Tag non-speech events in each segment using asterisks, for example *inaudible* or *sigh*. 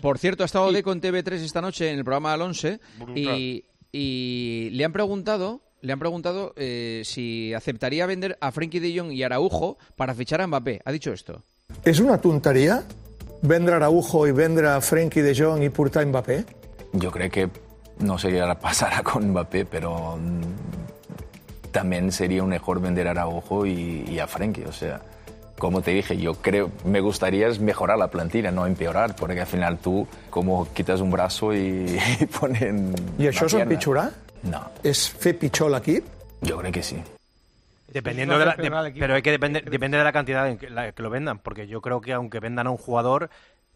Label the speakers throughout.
Speaker 1: Por cierto, ha estado de con TV3 esta noche en el programa al 11 y, y le han preguntado, le han preguntado eh, si aceptaría vender a Frenkie de Jong y Araujo para fichar a Mbappé. Ha dicho esto.
Speaker 2: ¿Es una tontería vendre Araujo i vendre Frenkie de Jong i portar Mbappé?
Speaker 3: Yo creo que no sería pasará con Mbappé, pero mm, también sería mejor vender a Araujo y, y a Frenkie. O sea, como te dije, yo creo, me gustaría es mejorar la plantilla, no empeorar, porque al final tú como quitas un brazo *laughs* y, y ponen.
Speaker 2: I això
Speaker 3: la
Speaker 2: és
Speaker 3: pierna.
Speaker 2: empitjorar?
Speaker 3: No,
Speaker 2: És fer pitjor l'equip?
Speaker 3: yo creo que sí.
Speaker 4: Dependiendo de la, de- pero hay que depende, depende de la cantidad en que, la que lo vendan, porque yo creo que aunque vendan a un jugador,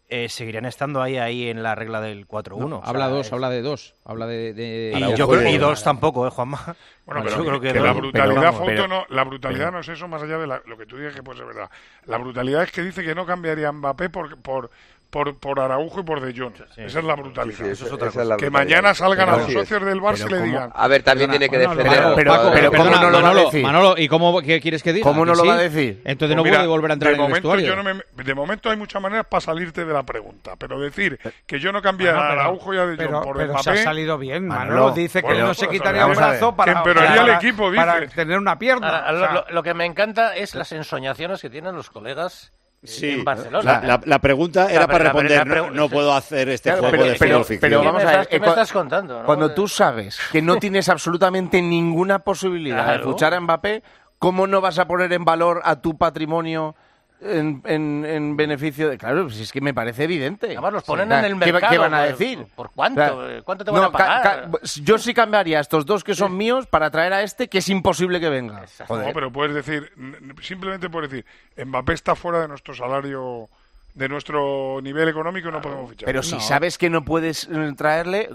Speaker 4: eh, seguirían estando ahí ahí en la regla del 4-1.
Speaker 1: No,
Speaker 4: O sea,
Speaker 1: habla dos,
Speaker 4: es-
Speaker 1: habla de dos, habla de, de-
Speaker 4: Y,
Speaker 1: Araujo
Speaker 4: yo creo,
Speaker 1: de-
Speaker 4: y dos tampoco, ¿eh, Juanma?
Speaker 5: Bueno,
Speaker 4: Yo
Speaker 5: pero
Speaker 4: creo
Speaker 5: que,
Speaker 4: que
Speaker 5: la
Speaker 4: dos.
Speaker 5: brutalidad,
Speaker 4: Pero vamos,
Speaker 5: Fouto,
Speaker 4: pero-
Speaker 5: no, la brutalidad
Speaker 4: pero-
Speaker 5: no es eso, más allá de la- lo que tú dices que puede ser verdad. La brutalidad es que dice que no cambiaría a Mbappé por, por, por, por Araujo y por De Jong. Esa es la brutalidad.
Speaker 6: Sí, sí, esa-
Speaker 4: es otra cosa.
Speaker 6: esa es la
Speaker 5: que
Speaker 6: brutalidad.
Speaker 5: mañana salgan a
Speaker 6: Pero
Speaker 5: los
Speaker 6: sí,
Speaker 5: socios del Barça y le
Speaker 4: pero
Speaker 5: digan...
Speaker 6: A ver, también
Speaker 1: Perdona,
Speaker 6: tiene que
Speaker 1: Manolo,
Speaker 6: defender.
Speaker 1: Manolo,
Speaker 6: al
Speaker 7: pero-
Speaker 6: jugador.
Speaker 7: pero-
Speaker 6: Pero-
Speaker 7: ¿cómo no lo va a
Speaker 1: Manolo,
Speaker 7: decir?
Speaker 1: Manolo, ¿y cómo qué quieres que diga?
Speaker 7: ¿Cómo no
Speaker 1: ¿Que
Speaker 7: lo
Speaker 1: sí?
Speaker 7: va a decir?
Speaker 1: Entonces no
Speaker 5: Pues mira,
Speaker 1: vuelve a volver a entrar
Speaker 5: de
Speaker 1: en el
Speaker 5: momento
Speaker 1: vestuario.
Speaker 5: yo no me- de momento hay muchas maneras para salirte de la pregunta, pero decir que yo no cambiara
Speaker 8: Bueno, pero-
Speaker 5: a Araujo y a De Jong
Speaker 8: pero,
Speaker 5: por
Speaker 8: pero se
Speaker 5: Mbappé,
Speaker 8: ha salido bien. Manolo,
Speaker 7: Manolo,
Speaker 8: dice que
Speaker 5: bueno,
Speaker 8: no se
Speaker 5: pues,
Speaker 8: quitaría un
Speaker 5: vamos a ver.
Speaker 8: brazo para,
Speaker 5: Que empeoraría
Speaker 8: para-
Speaker 5: el equipo, dice.
Speaker 8: para tener una pierna.
Speaker 9: Ahora,
Speaker 8: o
Speaker 9: lo,
Speaker 8: sea,
Speaker 9: lo- lo que me encanta es las ensoñaciones que tienen los colegas eh, en Barcelona.
Speaker 7: La, la- la pregunta era
Speaker 9: Ah, pero
Speaker 7: para
Speaker 9: la- pero la
Speaker 7: responder, no,
Speaker 9: pregu-
Speaker 7: no puedo hacer este
Speaker 9: Claro,
Speaker 7: juego
Speaker 9: pero-
Speaker 7: de
Speaker 9: pero-
Speaker 7: fútbol ficción.
Speaker 9: ¿Qué
Speaker 10: pero
Speaker 9: me
Speaker 10: vamos a
Speaker 9: estás-
Speaker 10: ver,
Speaker 9: ¿Qué
Speaker 10: eh,
Speaker 9: me
Speaker 10: cua-
Speaker 9: estás contando? no? Eh.
Speaker 10: Cuando
Speaker 9: De-
Speaker 10: tú sabes que no tienes absolutamente ninguna posibilidad
Speaker 9: Claro.
Speaker 10: de escuchar a Mbappé, ¿cómo no vas a poner en valor a tu patrimonio en, en- en beneficio de.? Claro, si es que me parece evidente.
Speaker 9: Además, los
Speaker 10: Sí,
Speaker 9: ponen
Speaker 10: claro.
Speaker 9: en el
Speaker 10: ¿Qué va-
Speaker 9: mercado.
Speaker 10: ¿Qué, van a
Speaker 9: ¿por-
Speaker 10: decir?
Speaker 9: ¿Por cuánto?
Speaker 10: Claro.
Speaker 9: Eh, ¿Cuánto te van a
Speaker 10: No, ca-
Speaker 9: pagar?
Speaker 10: ca- pues, yo sí cambiaría a estos dos que son míos para traer a este que es imposible que venga.
Speaker 5: no, pero puedes decir, n- n- simplemente puedes decir, Mbappé está fuera de nuestro salario, de nuestro nivel económico, no podemos fichar.
Speaker 10: Pero si sabes que no puedes eh, traerle,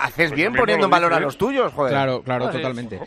Speaker 10: haces
Speaker 5: Pues
Speaker 10: bien
Speaker 5: lo mismo
Speaker 10: poniendo
Speaker 5: lo
Speaker 10: en valor a
Speaker 5: dice, ¿eh?
Speaker 10: los tuyos, joder.
Speaker 1: Claro, claro, totalmente.